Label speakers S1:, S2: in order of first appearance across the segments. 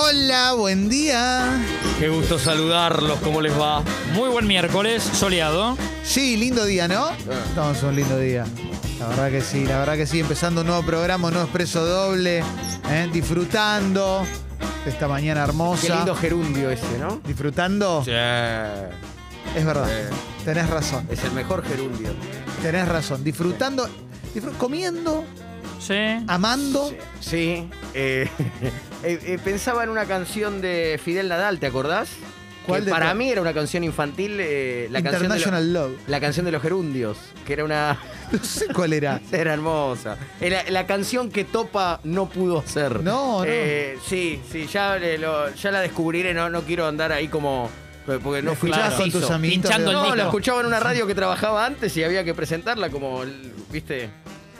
S1: Hola, buen día.
S2: Qué gusto saludarlos, ¿cómo les va?
S3: Muy buen miércoles, soleado.
S1: Sí, lindo día, ¿no?
S4: Ah.
S1: Estamos un lindo día. La verdad que sí, la verdad que sí. Empezando un nuevo programa, un nuevo expreso doble. ¿eh? Disfrutando de esta mañana
S4: Qué
S1: hermosa.
S4: lindo gerundio ese, ¿no?
S1: Disfrutando.
S2: Sí.
S1: Eh. Es verdad. Tenés razón.
S4: Es el mejor gerundio.
S1: Tenés razón. Disfrutando. disfr- comiendo,
S3: Sí.
S1: Ah, amando.
S4: Sí. sí, eh, eh, eh, pensaba en una canción de Fidel Nadal, ¿te acordás?
S1: ¿Cuál
S4: Que
S1: de
S4: para
S1: to-
S4: mí era una canción infantil, eh, la, canción de lo-
S1: International Love.
S4: la canción de los gerundios, que era una...
S1: No sé cuál era.
S4: Era hermosa. Era la canción que Topa no pudo hacer.
S1: No, no.
S4: Eh, sí, sí, ya, eh, lo- ya la descubriré, no, no quiero andar ahí como... Porque no
S1: ¿Lo
S4: fui
S1: escuchabas
S4: preciso.
S1: con tus amiguitos?
S3: Pinchando
S1: Leo?
S3: el
S4: No,
S3: micro.
S4: la escuchaba en una radio que trabajaba antes y había que presentarla como, el- viste,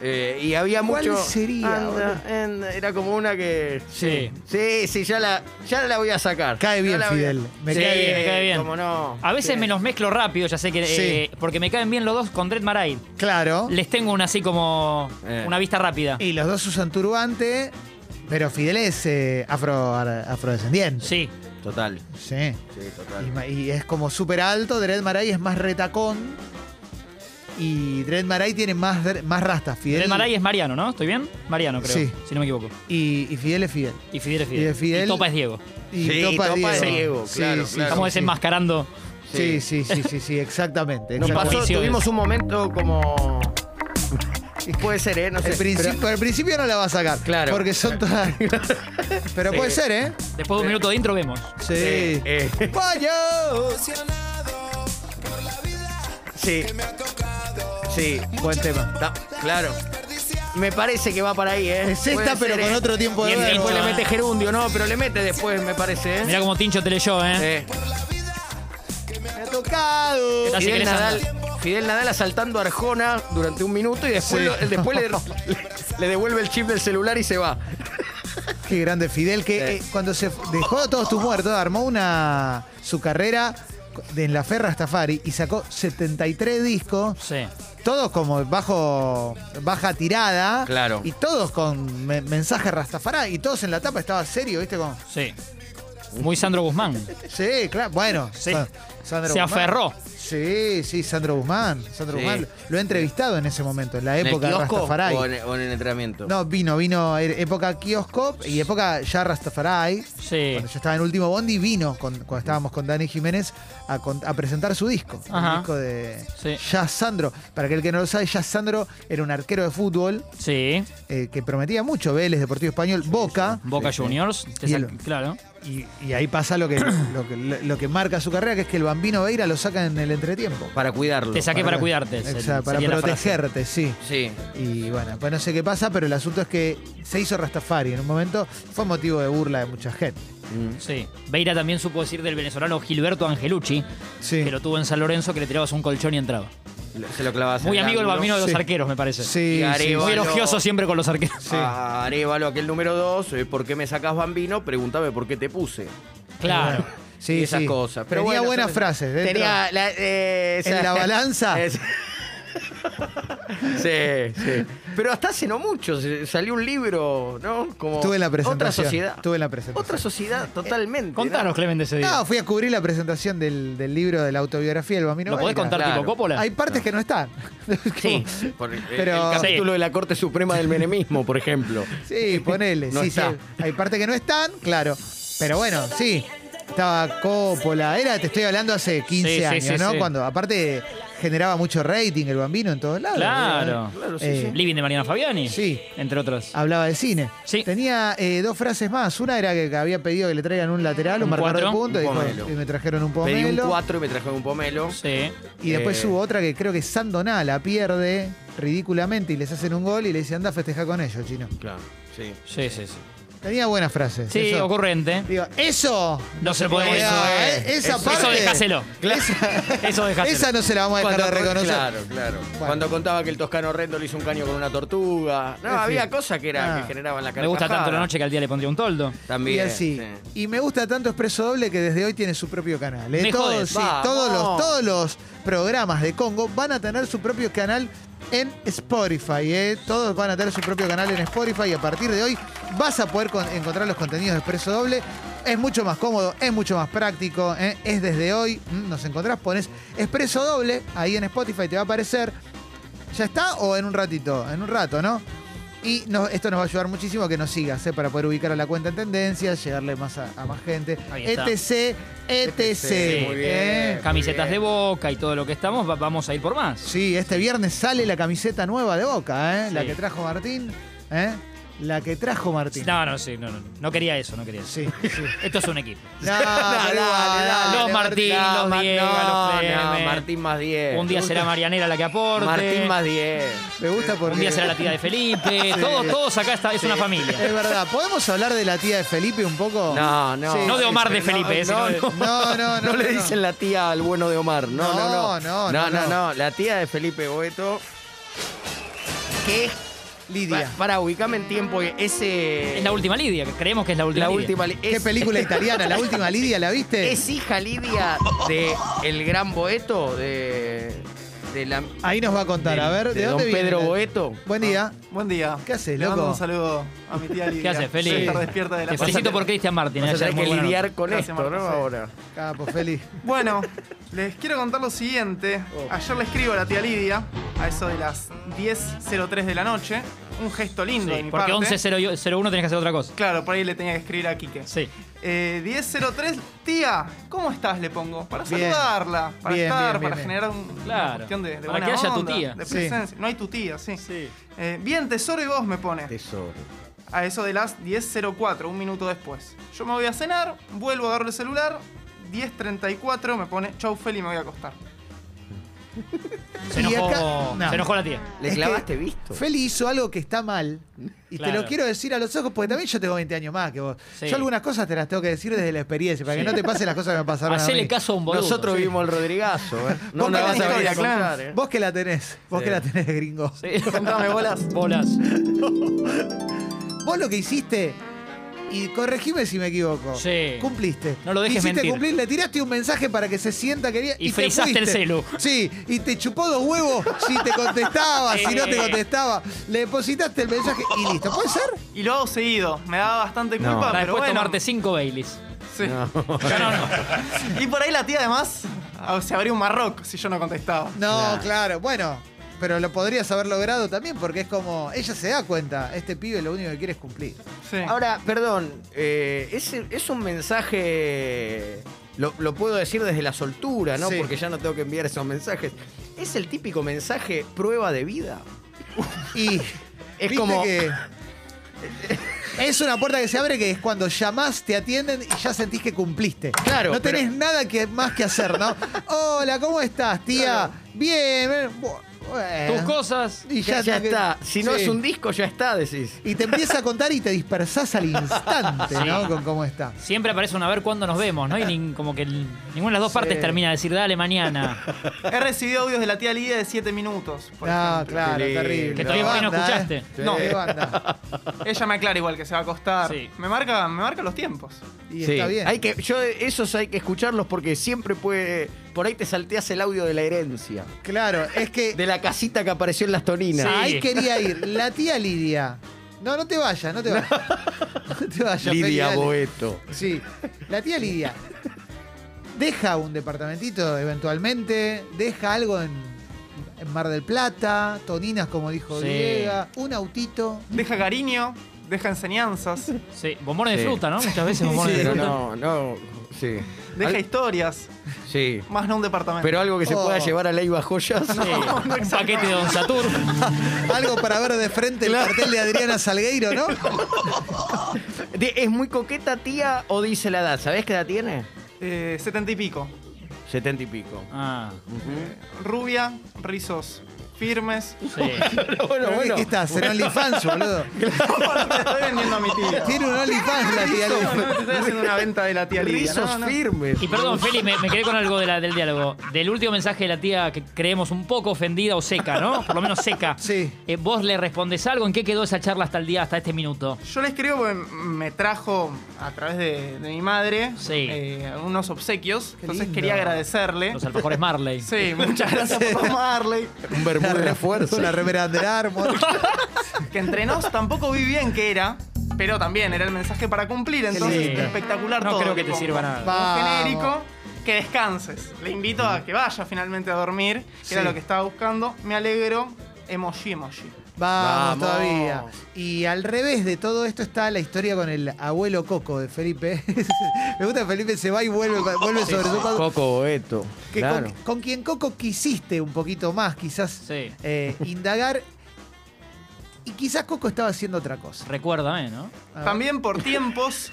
S4: Eh, y había
S1: ¿Cuál
S4: mucho...
S1: sería,
S4: Anda, anda, era como una que...
S3: Sí.
S4: Sí, sí, ya la, ya la voy a sacar.
S1: Cae
S4: Ya
S1: bien,
S4: la voy a-
S1: Fidel. Me
S3: Sí,
S1: cae bien.
S3: me cae bien.
S4: Como no.
S3: A veces me los mezclo rápido, ya sé que.
S1: Sí.
S3: eh, porque me caen bien los dos con Dread Maray.
S1: Claro.
S3: Les tengo una así como.
S4: Eh.
S3: Una vista rápida.
S1: Y los dos usan turbante, pero Fidel es eh, afro, ar- afrodescendiente.
S3: Sí.
S4: Total.
S1: Sí.
S4: Sí,
S1: Y
S4: total.
S1: ma- Y, es como súper alto, Dred Maray es más retacón. Y Dred Maray tiene más, dre- más rastas. Fidel,
S3: Dread Maray es Mariano, ¿no? ¿Estoy bien? Mariano, creo.
S1: Sí.
S3: Si no me equivoco.
S1: y, y Fidel es Fidel.
S3: Y Fidel es
S1: Y
S3: Fidel.
S1: de Fidel-
S3: Y Topa es Diego.
S1: Y
S4: Sí,
S1: Topa,
S4: Topa
S1: es
S4: es Diego, claro, claro.
S3: Estamos
S1: sí,
S3: desenmascarando.
S1: sí, sí, sí, sí, sí, exactamente.
S4: Nos
S1: exactamente.
S4: pasó,
S3: Vicio
S4: tuvimos
S3: de-
S4: un momento como... Puede ser, ¿eh? No sé.
S1: El principio, al principio no la va a sacar.
S4: Claro.
S1: Porque son todas. Pero
S4: Sí.
S1: puede ser, ¿eh?
S3: Después de un minuto de intro vemos.
S1: Sí.
S4: Eh, eh,
S1: ¡Vaya!
S4: sí. Sí.
S1: Buen tema.
S4: Ta- claro. Me parece que va para ahí, ¿eh?
S1: Es esta,
S4: Puede
S1: pero
S4: ser,
S1: con
S4: ¿eh?
S1: otro tiempo de
S4: Y
S3: Bien
S1: verbo.
S4: después
S3: dicho,
S4: le
S3: ¿eh?
S4: mete gerundio, no, pero le mete después, me parece, ¿eh?
S3: Mirá como Tincho te leyó, ¿eh?
S4: Eh,
S1: Me ha tocado.
S3: Casi que
S4: Fidel
S3: les
S4: Nadal, Fidel Nadal asaltando a Arjona durante un minuto y después,
S1: Sí.
S4: lo- después le, le- le devuelve el chip del celular y se va.
S1: Qué grande Fidel, que
S4: Sí.
S1: eh, cuando se f- dejó a todos tus muertos, armó una su carrera de en la Ferra Stafari y sacó 73 discos,
S3: Sí.
S1: todos como bajo baja tirada.
S4: Claro.
S1: Y todos con me- mensaje Rastafari y todos en la tapa estaba serio, ¿viste? Como,
S3: Sí. Muy Sandro Guzmán.
S1: sí, claro. Bueno,
S3: Sí.
S1: Sa- Sandro
S3: Se
S1: Guzmán.
S3: aferró.
S1: Sí, sí, Sandro Guzmán. Sandro
S4: Sí.
S1: Guzmán lo he entrevistado en ese momento, en la
S4: ¿En el
S1: época de
S4: kiosco
S1: Rastafari.
S4: o en, o en el entrenamiento?
S1: No, vino, vino er- época kiosco y época ya Rastafari.
S3: Sí.
S1: Cuando yo estaba en último Bondi, vino con- cuando estábamos con Dani Jiménez a, con- a presentar su disco.
S3: Ajá.
S1: El disco de
S3: Sí.
S1: Jazz Sandro. Para aquel que no lo sabe, Jazz Sandro era un arquero de fútbol
S3: Sí.
S1: eh, que prometía mucho, Vélez, Deportivo Español, Boca.
S3: Boca Juniors. te
S1: Y
S3: sac-
S1: el-
S3: Claro.
S1: Y, y ahí pasa lo que, lo, que, lo que marca su carrera, que es que el bambino Veira lo saca en el entretiempo.
S4: Para cuidarlo.
S3: Te saqué para cuidarte.
S1: Exacto,
S3: sería-
S1: para
S3: sería la frase.
S1: protegerte, sí.
S4: Sí.
S1: Y bueno, pues no sé qué pasa, pero el asunto es que se hizo Rastafari en un momento, fue motivo de burla de mucha gente.
S3: Sí. Beira también supo decir del venezolano Gilberto Angelucci,
S1: Sí.
S3: que lo tuvo en San Lorenzo, que le tirabas un colchón y entraba.
S4: Lo- Se lo clavas.
S3: Muy
S4: en
S3: amigo el
S4: ángulo.
S3: bambino de los
S1: Sí.
S3: arqueros, me parece.
S1: Sí,
S4: Y
S1: sí,
S4: Arevalo.
S3: Muy elogioso siempre con los arqueros.
S1: sí.
S4: A Arevalo, aquel número dos, eh, ¿por qué me sacas bambino? Pregúntame por qué te puse.
S3: Claro.
S1: sí,
S4: y esas
S1: sí.
S4: cosas. Pero
S1: Tenía
S4: bueno,
S1: buenas
S4: ¿sabes?
S1: frases. dentro.
S4: Tenía la, eh,
S1: En
S4: esa-
S1: la balanza.
S4: Es- sí, sí. Pero hasta hace no mucho se- salió un libro, ¿no? Como
S1: Estuve en la
S4: Otra
S1: presentación.
S4: sociedad.
S1: Estuve en la presentación. Eh,
S4: Otra sociedad, totalmente.
S3: Contanos, Clemente, ese día.
S1: No, fui a cubrir la presentación del, del libro de la autobiografía del Bambino.
S3: ¿Lo podés
S1: Veira.
S3: contar
S4: claro.
S3: tipo Coppola?
S1: Hay partes que no están.
S4: ¿no? Sí. Por- eh,
S1: Pero-
S4: El capítulo de la Corte Suprema del Menemismo, por ejemplo.
S1: Sí, ponele.
S4: No
S1: sí,
S4: está.
S1: sí. Hay partes que no están, claro. Pero bueno, sí. Estaba Coppola. Era, te estoy hablando hace 15
S3: Sí, sí,
S1: años,
S3: sí,
S1: ¿no?
S3: sí.
S1: Cuando, aparte, generaba mucho rating el Bambino en todos lados.
S3: Claro.
S4: Claro, sí,
S1: Eh,
S3: Living de Mariana Fabiani.
S1: Sí. Ah.
S3: Entre otros.
S1: Hablaba de cine.
S3: Sí.
S1: Tenía eh, dos frases más. Una era que había pedido que le traigan un lateral, un,
S3: Un
S1: marcador de
S3: cuatro.
S1: punto,
S4: Un
S1: y, dijo-
S4: pomelo.
S1: y me trajeron un
S4: Pedí un
S1: pomelo.
S4: 4 y me trajeron un pomelo.
S3: Sí.
S1: y después
S4: Eh.
S1: hubo otra que creo que Sandoná la pierde ridículamente y les hacen un gol y le dicen anda a festejar con ellos, chino.
S4: Claro, sí.
S3: Sí, sí, sí.
S1: Tenía buenas frases.
S3: Sí,
S1: Eso-
S3: ocurrente.
S1: Digo, eso
S3: No se puede
S1: Eh,
S3: eso,
S1: eh, Esa
S4: Eso-
S1: parte.
S3: Eso dejáselo.
S1: Esa,
S3: Eso dejáselo.
S1: esa no se la vamos a dejar de
S4: Cuando-
S1: reconocer.
S4: Claro, claro. Cuando contaba que el toscano Rendo le hizo un caño con una tortuga. No,
S1: Sí.
S4: había cosas que, era,
S1: Ah.
S4: que generaban la
S3: Me
S4: carcajada.
S3: gusta tanto la noche que al día le pondría un toldo.
S1: Y
S4: También.
S1: así.
S4: sí.
S1: Y me gusta tanto Expreso Doble que desde hoy tiene su propio canal. ¿eh?
S3: Me
S1: todos,
S3: jodes.
S1: sí,
S4: Vamos.
S1: todos, los, todos los programas de Congo van a tener su propio canal en Spotify. ¿eh? Todos van a tener su propio canal en Spotify y a partir de hoy vas a poder con- encontrar los contenidos de Expreso Doble. Es mucho más cómodo, es mucho más práctico, ¿eh? es desde hoy. ¿m? Nos encontrás, pones Expreso Doble ahí en Spotify, te va a aparecer. ¿Ya está o en un ratito? En un rato, ¿no? Y no- esto nos va a ayudar muchísimo a que nos sigas, ¿eh? para poder ubicar a la cuenta en tendencia, llegarle más a, a más gente. E
S3: Ahí está. E
S1: ETC,
S4: ETC,
S1: ETC.
S3: muy
S4: bien.
S1: E ¿eh?
S3: Camisetas
S4: bien.
S3: de boca y todo lo que estamos, va- vamos a ir por más.
S1: Sí, este viernes sale la camiseta nueva de Boca, ¿eh? la
S3: Sí.
S1: que trajo Martín. ¿eh? La que trajo Martín.
S3: No, no, sí, no, no, no. No quería eso, no quería eso.
S1: Sí, sí.
S3: Esto es un equipo.
S1: No,
S4: Ah,
S1: pero dale, dale,
S3: Los Martín, los
S4: Ma-
S3: Diego,
S4: no,
S3: los Clemen.
S4: no, Martín más 10.
S3: Un día será Marianera la que aporte.
S4: Martín más 10.
S1: Me gusta porque.
S3: Un día será la tía de Felipe. Todos, todos acá está, es una familia.
S1: Es verdad. ¿Podemos hablar de la tía de Felipe un poco?
S4: No, no.
S1: Sí.
S3: No de Omar de
S4: No,
S3: Felipe, eh, sino
S4: no,
S3: de-
S1: No, no, no.
S4: No le
S1: no.
S4: dicen la tía al bueno de Omar. No, no,
S1: No,
S4: no.
S1: no,
S4: no.
S1: no, no.
S4: La tía de Felipe Boeto. Que
S1: Lidia.
S4: para, ubicame en tiempo ese
S3: Es la última Lidia, que creemos que es la última
S4: la
S3: Lidia.
S4: última li-
S1: ¿Qué
S4: es-
S1: película italiana? ¿La última Lidia la viste?
S4: Es hija Lidia de el gran Boeto de de la
S1: Ahí nos va a contar. A ver, ¿de,
S4: de
S1: dónde
S4: don
S1: viene?
S4: Pedro
S1: la-
S4: Boeto.
S1: Buen día.
S3: Ah.
S5: Buen día.
S1: ¿Qué haces,
S5: Le mando
S1: loco?
S5: un saludo a mi tía Lidia.
S3: ¿Qué haces, Feli?
S5: Por estar despierta de la
S3: Te felicito por Cristian Martín.
S4: Vas a
S3: ayer,
S4: tener
S3: muy
S4: que
S3: buena nota.
S4: lidiar con
S5: Gracias,
S4: esto, ¿no?
S5: Marcos.
S4: Ahora.
S1: Capo, Feli.
S5: Bueno, les quiero contar lo siguiente.
S1: Oh.
S5: Ayer le escribo a la tía Lidia, a eso de las 10.03 de la noche. Un gesto lindo de
S3: Sí,
S5: mi
S3: porque
S5: parte.
S3: 11.01 tenés que hacer otra cosa.
S5: Claro, por ahí le tenía que escribir a Quique.
S3: Sí.
S5: Eh, 10.03, tía, ¿cómo estás? Le pongo. Para
S1: Bien.
S5: saludarla, para
S1: Bien,
S5: estar,
S1: bien, bien,
S5: para
S1: bien.
S5: generar un-
S3: Claro.
S5: una cuestión de, de
S3: Para
S5: buena
S3: que haya tu
S5: onda,
S3: tía.
S5: De
S1: Sí.
S5: presencia. No hay tu tía, sí. Eh, bien, tesoro y vos me pone.
S4: Tesoro.
S5: a eso de las 10.04, un minuto después. Yo me voy a cenar, vuelvo a agarrar el celular, 10.34 me pone chau Feli y me voy a acostar.
S3: Se
S1: Y
S3: enojó,
S1: acá- no.
S3: se enojó la tía.
S4: Le
S1: Es que-
S4: clavaste visto.
S1: Feli hizo algo que está mal. Y te
S3: Claro.
S1: lo quiero decir a los ojos porque también yo tengo 20 años más que vos.
S3: Sí.
S1: Yo algunas cosas te las tengo que decir desde la experiencia para
S3: Sí.
S1: que no te pasen las cosas que me pasaron. a mí.
S3: Hacele caso a un boludo.
S4: Nosotros
S3: Sí.
S4: vimos el Rodrigazo, ¿eh? No
S1: Vos
S4: nos
S1: que
S4: vas
S1: tenés
S4: a venir
S5: historia,
S4: a contar,
S5: claro.
S4: ¿eh?
S1: Vos que la tenés, vos
S4: Sí.
S1: que la tenés, gringo.
S3: Sí.
S5: Contame bolas.
S3: Bolas.
S1: Vos lo que hiciste, y corregime si me equivoco.
S3: Sí.
S1: Cumpliste.
S3: No lo dejes
S1: Hiciste
S3: mentir.
S1: cumplir, le tiraste un mensaje para que se sienta querida.
S3: Y
S1: te
S3: frizaste
S1: fuiste.
S3: el celu.
S1: Sí, y te chupó dos huevos si te contestaba, si no te
S3: Eh.
S1: contestaba. Le depositaste el mensaje y listo. ¿Puede ser?
S5: Y lo hago seguido, me daba bastante
S4: No.
S5: culpa,
S3: Para
S5: pero
S3: después
S5: bueno.
S3: tomarte cinco Baileys.
S5: Sí.
S4: No.
S3: No, no, no.
S5: Y por ahí la tía además ah, se abrió un marroc si yo no contestaba.
S1: No,
S4: Claro.
S1: claro. Bueno, pero lo podrías haber logrado también porque es como. Ella se da cuenta, este pibe lo único que quiere es cumplir.
S5: Sí.
S4: Ahora, perdón, eh, es, es un mensaje. Lo, lo puedo decir desde la soltura, ¿no?
S1: Sí.
S4: Porque ya no tengo que enviar esos mensajes. Es el típico mensaje prueba de vida.
S1: Y.
S4: Es
S1: viste
S4: como-
S1: que- Es una puerta que se abre que es cuando llamás, te atienden y ya sentís que cumpliste.
S4: Claro,
S1: No tenés nada que, más que hacer, ¿no? Hola, ¿cómo estás, tía? Bien. bien, bu- bueno.
S3: Tus cosas.
S1: Y
S4: Ya, ya
S1: te-
S4: está. Si no
S1: sí.
S4: es un disco, ya está, decís.
S1: Y te empieza a contar y te dispersás al instante,
S3: Sí.
S1: ¿no? Con cómo está.
S3: Siempre aparece uno a ver cuándo nos vemos, ¿no? Y nin- como que el- ninguna de las dos partes termina de decir, dale mañana.
S5: He recibido audios de la tía Lidia de 7 minutos. por
S1: Ah,
S5: ejemplo.
S1: claro,
S4: Qué lindo.
S1: terrible.
S4: Que
S1: Qué
S4: todavía
S3: no
S1: banda,
S3: escuchaste.
S1: ¿eh?
S5: No.
S1: Qué banda.
S5: Ella me aclara igual que se va a acostar.
S3: Sí.
S5: Me marca, me marca los tiempos.
S1: Y
S4: Sí.
S1: está bien.
S4: Hay que, yo, esos hay que escucharlos porque siempre puede. Por ahí te salteas el audio de la herencia.
S1: Claro, es que
S4: De la casita que apareció en las toninas.
S3: Sí.
S1: ahí quería ir. La tía Lidia. No, no te vayas, no te vayas. No te vayas. Feli,
S4: Ah, Lidia
S1: dale.
S4: Boeto.
S1: Sí, la tía Lidia. Deja un departamentito eventualmente, deja algo en, en Mar del Plata, toninas como dijo
S3: Sí.
S1: Diego, un autito.
S5: Deja cariño, deja enseñanzas,
S3: Sí, bombones
S4: Sí.
S3: de fruta, ¿no? Muchas veces bombones de
S4: Pero
S3: fruta.
S4: no, no. Sí.
S5: deja
S4: Al-
S5: historias,
S4: sí.
S5: más no un departamento.
S4: Pero algo que se
S1: Oh.
S4: pueda llevar a Leiva Joyas.
S3: Sí, un paquete de Don Satur.
S1: Algo para ver de frente el cartel de Adriana Salgueiro, ¿no?
S4: De- ¿Es muy coqueta tía o dice la edad? ¿Sabés qué edad tiene?
S5: Eh, 70 y pico.
S4: Setenta y pico.
S3: Ah,
S5: Rubia, rizos firmes.
S3: sí.
S4: bueno,
S1: Pero, ¿Qué estás? En OnlyFans, boludo.
S5: No te estoy vendiendo a mi tía.
S1: Tiene un OnlyFans la tía
S5: No,
S1: Lidia.
S5: no te estoy haciendo una venta de la tía Lidia.
S4: Rizos
S5: No, no.
S4: firmes.
S3: Y perdón, Feli, me, me quedé con algo de la- del diálogo. Del último mensaje de la tía que creemos un poco ofendida o seca, ¿no? Por lo menos seca.
S1: Sí.
S3: Eh, ¿Vos le respondes algo? ¿En qué quedó esa charla hasta el día, hasta este minuto?
S5: Yo le escribo porque me trajo a través de, de mi madre
S3: Sí.
S5: eh, unos obsequios. entonces
S1: lindo.
S5: quería agradecerle.
S3: Los alfajores Marley.
S5: Sí, muchas gracias por tomarle.
S4: Un bermuda de la fuerza.
S1: Una remera Under Armour.
S5: Que entre nos tampoco vi bien qué era. Pero también era el mensaje para cumplir, entonces
S3: lindo.
S5: espectacular
S3: No
S5: todo.
S3: creo que
S5: tipo,
S3: te sirva nada.
S5: un
S1: Vamos.
S5: genérico, que descanses. Le invito a que vaya finalmente a dormir, que era
S1: Sí.
S5: lo que estaba buscando. Me alegro, emoji, emoji.
S1: Vamos,
S4: Vamos.
S1: todavía. Y al revés de todo esto está la historia con el abuelo Coco de Felipe. Me gusta que Felipe se va y vuelve, vuelve sobre su paso.
S4: Coco Boeto.
S1: Que
S4: Claro.
S1: con, con quien Coco quisiste un poquito más, quizás
S3: Sí.
S1: eh, indagar. Y quizás Coco estaba haciendo otra cosa.
S3: Recuérdame, ¿no?
S1: A ver.
S5: También por tiempos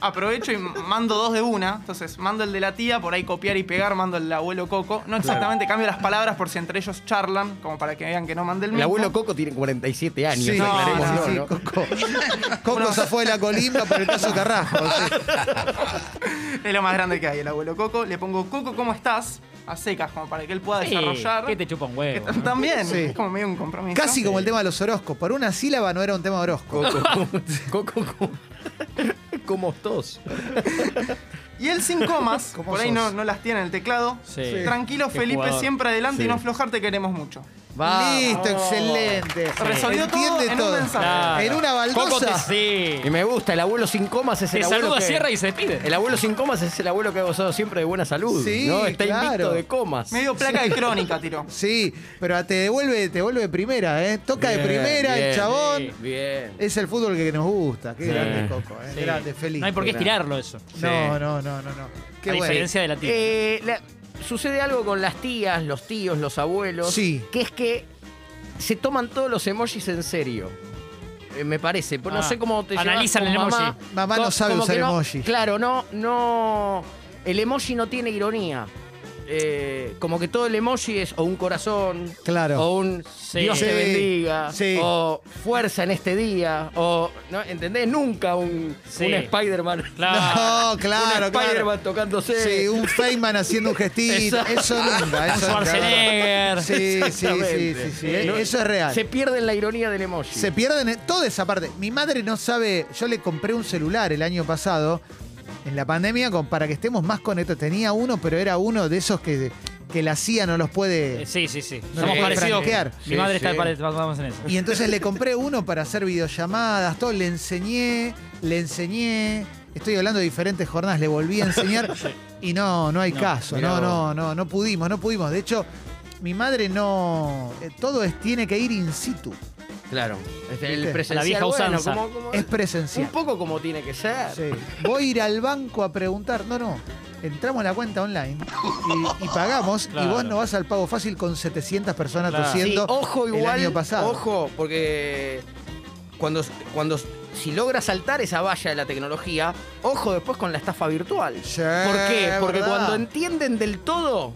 S5: aprovecho y mando dos de una. Entonces mando el de la tía, por ahí copiar y pegar, mando el del abuelo Coco. No exactamente, cambio las palabras por si entre ellos charlan, como para que vean que no mande el
S4: El
S5: mismo.
S4: abuelo Coco tiene 47 años,
S1: Sí,
S5: no,
S4: aclaremos,
S5: no,
S4: ¿no?
S1: sí,
S4: ¿no?
S1: Coco. Coco se fue de la colimba por el caso Carrasco. sí.
S5: Es lo más grande que hay, el abuelo Coco. Le pongo Coco, ¿cómo estás? A secas, como para que él pueda
S3: Sí,
S5: desarrollar.
S3: Que te chupa un huevo.
S5: Que
S3: ¿no?
S5: t- También,
S1: Sí.
S5: es como medio un compromiso.
S1: Casi como el tema de los Orozco. Por una sílaba no era un tema Orozco.
S4: Coco, Coco, Coco. Como tos.
S5: Y el sin comas,
S1: ¿Cómo
S5: por ahí
S1: sos?
S5: no, no las tiene en el teclado.
S3: Sí.
S5: Tranquilo,
S3: Qué
S5: Felipe,
S3: jugador.
S5: siempre adelante y
S4: Sí.
S5: no aflojar, te queremos mucho.
S1: Listo, excelente.
S5: Resolvió todo
S1: Entiende
S5: en un
S1: todo.
S5: mensaje.
S3: Claro.
S1: En una baldosa.
S3: Coco te, sí.
S4: Y me gusta, el abuelo sin comas es el
S3: Te
S4: abuelo
S3: saluda,
S4: que-
S3: cierra y se despide.
S4: El abuelo sin comas es el abuelo que ha gozado siempre de buena salud.
S1: Sí,
S4: ¿no? Está
S1: claro.
S4: invicto de comas.
S5: Medio placa de crónica, tiró.
S1: Sí, pero te devuelve, te devuelve de primera, ¿eh? Toca de
S4: Bien,
S1: primera el
S4: bien,
S1: chabón.
S3: sí.
S4: Bien.
S1: Es el fútbol que nos gusta. Qué
S4: Sí.
S1: grande Coco, ¿eh?
S3: Sí.
S1: Grande, feliz.
S3: No hay por qué estirarlo eso.
S1: No, no, no, no, no. Qué
S3: a
S1: bueno.
S3: diferencia de la tía.
S4: Eh, la- sucede algo con las tías, los tíos, los abuelos.
S1: Sí.
S4: Que es que se toman todos los emojis en serio. Eh, me parece. Pero
S3: Ah,
S4: no sé cómo te llevas
S3: analizan
S4: con
S3: el emoji.
S4: Mamá,
S1: Mamá no
S4: Co-
S1: sabe
S4: como
S1: usar
S4: que no-
S1: emoji.
S4: Claro, no, no. El emoji no tiene ironía. Eh, como que todo el emoji es o un corazón.
S1: Claro.
S4: O un
S3: Sí.
S4: Dios
S1: Sí,
S4: te bendiga.
S1: sí.
S4: O fuerza en este día. O. ¿no? ¿Entendés? Nunca un,
S3: Sí.
S4: un Spider-Man.
S3: Claro.
S1: No, claro,
S4: un
S1: claro.
S4: Spider-Man tocándose.
S1: Sí, un Feynman haciendo un gestito.
S4: Exacto.
S1: Eso nunca. Eso
S3: Un
S1: nunca.
S3: Schwarzenegger.
S1: Sí, sí, sí,
S4: Exactamente.
S1: sí, sí.
S4: Eh, no-
S1: Eso es real.
S4: Se pierden la ironía del emoji.
S1: Se pierden en- toda esa parte. Mi madre no sabe. Yo le compré un celular el año pasado, en la pandemia, con- para que estemos más conectados. Tenía uno, pero era uno de esos que, que la CIA no los puede.
S3: Eh, Sí, sí, sí.
S1: No
S3: Somos
S1: lo puede
S3: parecidos.
S1: franquear.
S3: Mi madre está parecida. Vamos en eso.
S1: Y entonces le compré uno para hacer videollamadas, todo. Le enseñé, le enseñé. Estoy hablando de diferentes jornadas, le volví a enseñar. Y no, no hay
S3: No,
S1: caso.
S4: mirá
S1: No,
S4: vos.
S1: no, no, no pudimos, no pudimos. De hecho, mi madre no. eh, Todo es, tiene que ir in situ.
S4: Claro. Este,
S1: ¿Viste?
S4: El presencial,
S3: A la vieja
S4: bueno,
S3: usanza.
S4: como- como-
S1: Es
S4: un
S1: presencial.
S4: poco como tiene que ser.
S1: Sí. Voy a ir al banco a preguntar. No, no. Entramos a la cuenta online y, y pagamos. Y
S3: Claro.
S1: vos no vas al pago fácil con 700 personas
S3: Claro.
S4: Sí,
S1: tosiendo
S4: ojo
S1: el
S4: igual.
S1: año pasado.
S4: Ojo, porque cuando, cuando si logra saltar esa valla de la tecnología, ojo después con la estafa virtual.
S1: Sí,
S4: ¿Por qué? Porque
S1: ¿verdad?
S4: cuando entienden del todo,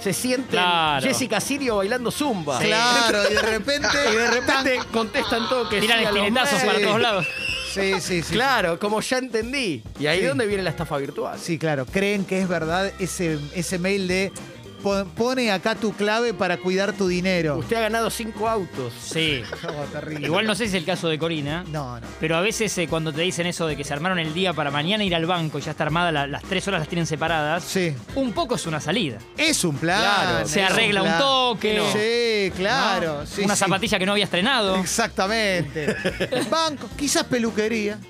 S4: se sienten
S3: Claro.
S4: Jessica Sirio bailando zumba.
S1: Claro, y de repente.
S4: Y de repente contestan todo que
S3: Tiran
S4: sí a los
S3: esquinetazos para
S4: medios.
S3: todos lados.
S1: Sí, sí, sí.
S4: Claro, como ya entendí. Y ahí
S1: Sí.
S4: es donde viene la estafa virtual.
S1: Sí, claro. Creen que es verdad ese, ese mail de "Pon- pone acá tu clave para cuidar tu dinero.
S4: Usted ha ganado cinco autos.
S3: Sí.
S1: Oh, terrible.
S3: Igual no sé si es el caso de Corina.
S1: No, no.
S3: Pero a veces eh, cuando te dicen eso de que se armaron el día para mañana ir al banco y ya está armada, la- las tres horas las tienen separadas,
S1: Sí.
S3: un poco es una salida.
S1: Es un plan.
S4: Claro,
S3: Se
S1: es
S3: arregla un
S1: plan.
S3: toque. ¿no?
S1: Sí, claro. sí,
S3: una
S1: sí.
S3: zapatilla que no había estrenado.
S1: Exactamente. Banco, quizás peluquería.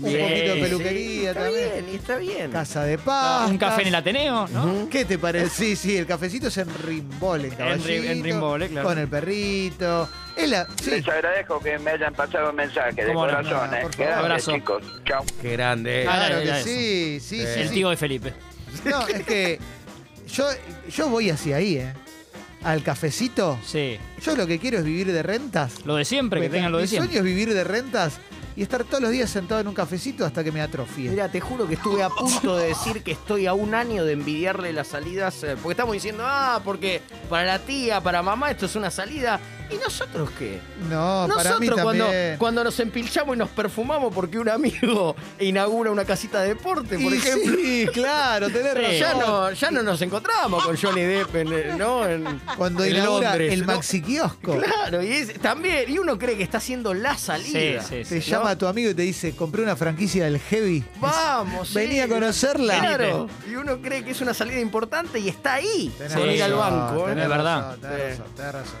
S1: Un
S3: Bien,
S1: poquito de
S3: sí,
S1: peluquería
S4: está
S1: también.
S4: bien, y está bien.
S1: Casa de paz.
S3: Un café en el Ateneo, ¿no?
S1: ¿Qué te parece? Sí, sí, el cafecito es en rimbol, en caballito.
S3: ri- en rimbol, eh, claro.
S1: Con el perrito. Es la- sí.
S6: Les agradezco que me hayan pasado un mensaje de
S3: Cómo no,
S6: corazón.
S1: nada,
S6: eh.
S1: por favor.
S6: Gracias,
S3: Abrazo.
S6: chicos. Chao.
S4: Qué grande.
S3: Ah,
S1: Claro
S3: era-
S1: que
S3: era
S1: sí, sí, sí,
S3: El
S1: sí.
S3: tío de Felipe.
S1: No, es que yo, yo voy hacia ahí, ¿eh? Al cafecito.
S3: Sí.
S1: Yo lo que quiero es vivir de rentas.
S3: Lo de siempre, que
S1: Me-
S3: tengan lo de
S1: Pues, mi
S3: siempre.
S1: sueño es vivir de rentas y estar todos los días sentado en un cafecito hasta que me atrofie.
S4: Mira, te juro que estuve a punto de decir que estoy a un año de envidiarle las salidas. eh, Porque estamos diciendo, ah, porque para la tía, para mamá, esto es una salida. ¿Y nosotros qué?
S1: no, para mí
S4: Nosotros
S1: también.
S4: cuando, cuando nos empilchamos y nos perfumamos porque un amigo inaugura una casita de deporte, por
S1: Y
S4: ejemplo.
S1: Sí, claro, tenés razón.
S3: Sí.
S4: Ya no, ya no nos encontramos con Johnny Depp, en, eh, ¿no? En-
S1: Cuando
S4: en
S1: inaugura
S4: Londres,
S1: el
S4: ¿no?
S1: maxi kiosco,
S4: Claro, y es- también, y uno cree que está haciendo la
S3: Sí,
S4: salida.
S3: sí,
S1: te
S3: sí.
S1: llama a tu amigo y te dice, compré una franquicia del Heavy.
S4: Vamos, sí.
S1: Vení a conocerla.
S4: Claro, y uno cree que es una salida importante y está ahí,
S1: Tenés
S4: sin ir al
S1: razón,
S4: banco. ¿eh?
S1: tenés
S3: Es verdad.
S1: razón, tenés
S4: Sí.
S1: razón, tenés razón.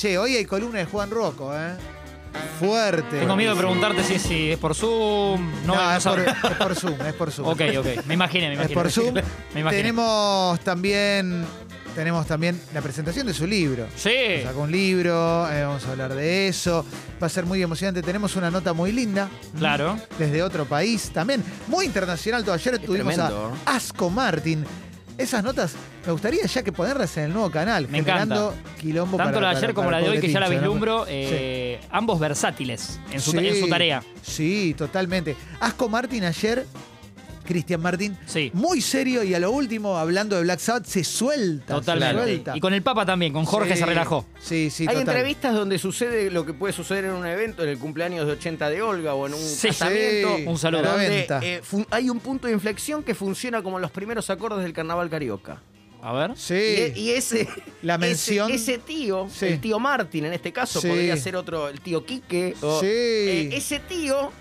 S1: Che, hoy hay columna de Juan Rocco, ¿eh? Fuerte.
S3: Tengo miedo de preguntarte si, si es por Zoom.
S1: No,
S3: No, no
S1: es, por,
S3: sabe.
S1: es por Zoom, es por Zoom.
S3: Ok, ok. Me imaginé, me imaginé.
S1: Es por Zoom.
S3: Me imaginé.
S1: Tenemos también, tenemos también la presentación de su libro.
S3: Sí.
S1: Sacó un libro, eh, vamos a hablar de eso. Va a ser muy emocionante. Tenemos una nota muy linda.
S3: Claro.
S1: Desde otro país también. Muy internacional. Todo. Ayer tuvimos
S4: tremendo.
S1: a Asco Martin. Esas notas me gustaría ya que ponerlas en el nuego canal.
S3: Me
S1: generando quilombo
S3: Tanto
S1: para-
S3: la de
S1: para-
S3: ayer como
S1: para
S3: la de
S1: el
S3: hoy, que
S1: pobre
S3: ya la
S1: Tincho, ¿no?
S3: vislumbro,
S1: Sí.
S3: eh, ambos versátiles en su,
S1: Sí.
S3: en su tarea.
S1: Sí, totalmente. Asco Martin ayer, Cristian Martin,
S3: Sí.
S1: muy serio y a lo último, hablando de Black Sabbath, se suelta. se
S3: Totalmente.
S1: suelta.
S3: Y con el Papa también, con Jorge
S1: Sí.
S3: se relajó.
S1: Sí, sí,
S4: Hay
S1: total.
S4: entrevistas donde sucede lo que puede suceder en un evento, en el cumpleaños de 80 de Olga o en un
S3: Sí.
S4: casamiento.
S1: Sí,
S3: Un saludo.
S1: la
S4: donde,
S1: venta.
S4: eh, fun- hay un punto de inflexión que funciona como los primeros acordes del carnaval carioca.
S3: A ver.
S1: sí.
S4: Y, y ese,
S1: La
S4: ese-
S1: mención.
S4: ese, tío,
S1: Sí.
S4: el tío Martín en este caso,
S1: Sí.
S4: podría ser otro, el tío Quique. o-
S1: Sí.
S4: eh, ese tío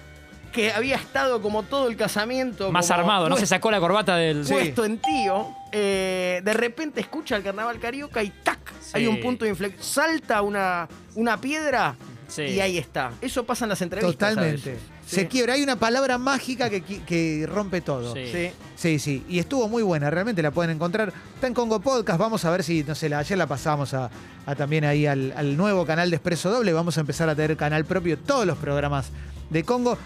S4: que había estado como todo el casamiento.
S3: Más
S4: como
S3: armado, no se
S4: puesto-
S3: sacó la corbata del.
S1: Sí.
S4: Puesto en tío, eh, de repente escucha el carnaval carioca y ¡tac!
S3: Sí.
S4: Hay un punto de inflexión. Salta una, una piedra
S3: Sí.
S4: y ahí está. Eso pasa en las entrevistas.
S1: Totalmente.
S4: ¿sabes?
S1: Se quiebra. Hay una palabra mágica que, qui- que rompe todo.
S3: Sí.
S4: Sí.
S1: Sí, sí. Y estuvo muy buena. Realmente la pueden encontrar. Está en Congo Podcast. Vamos a ver si, no sé, la- ayer la pasamos a, a también ahí al, al nuevo canal de Expreso Doble. Vamos a empezar a tener canal propio todos los programas de Congo.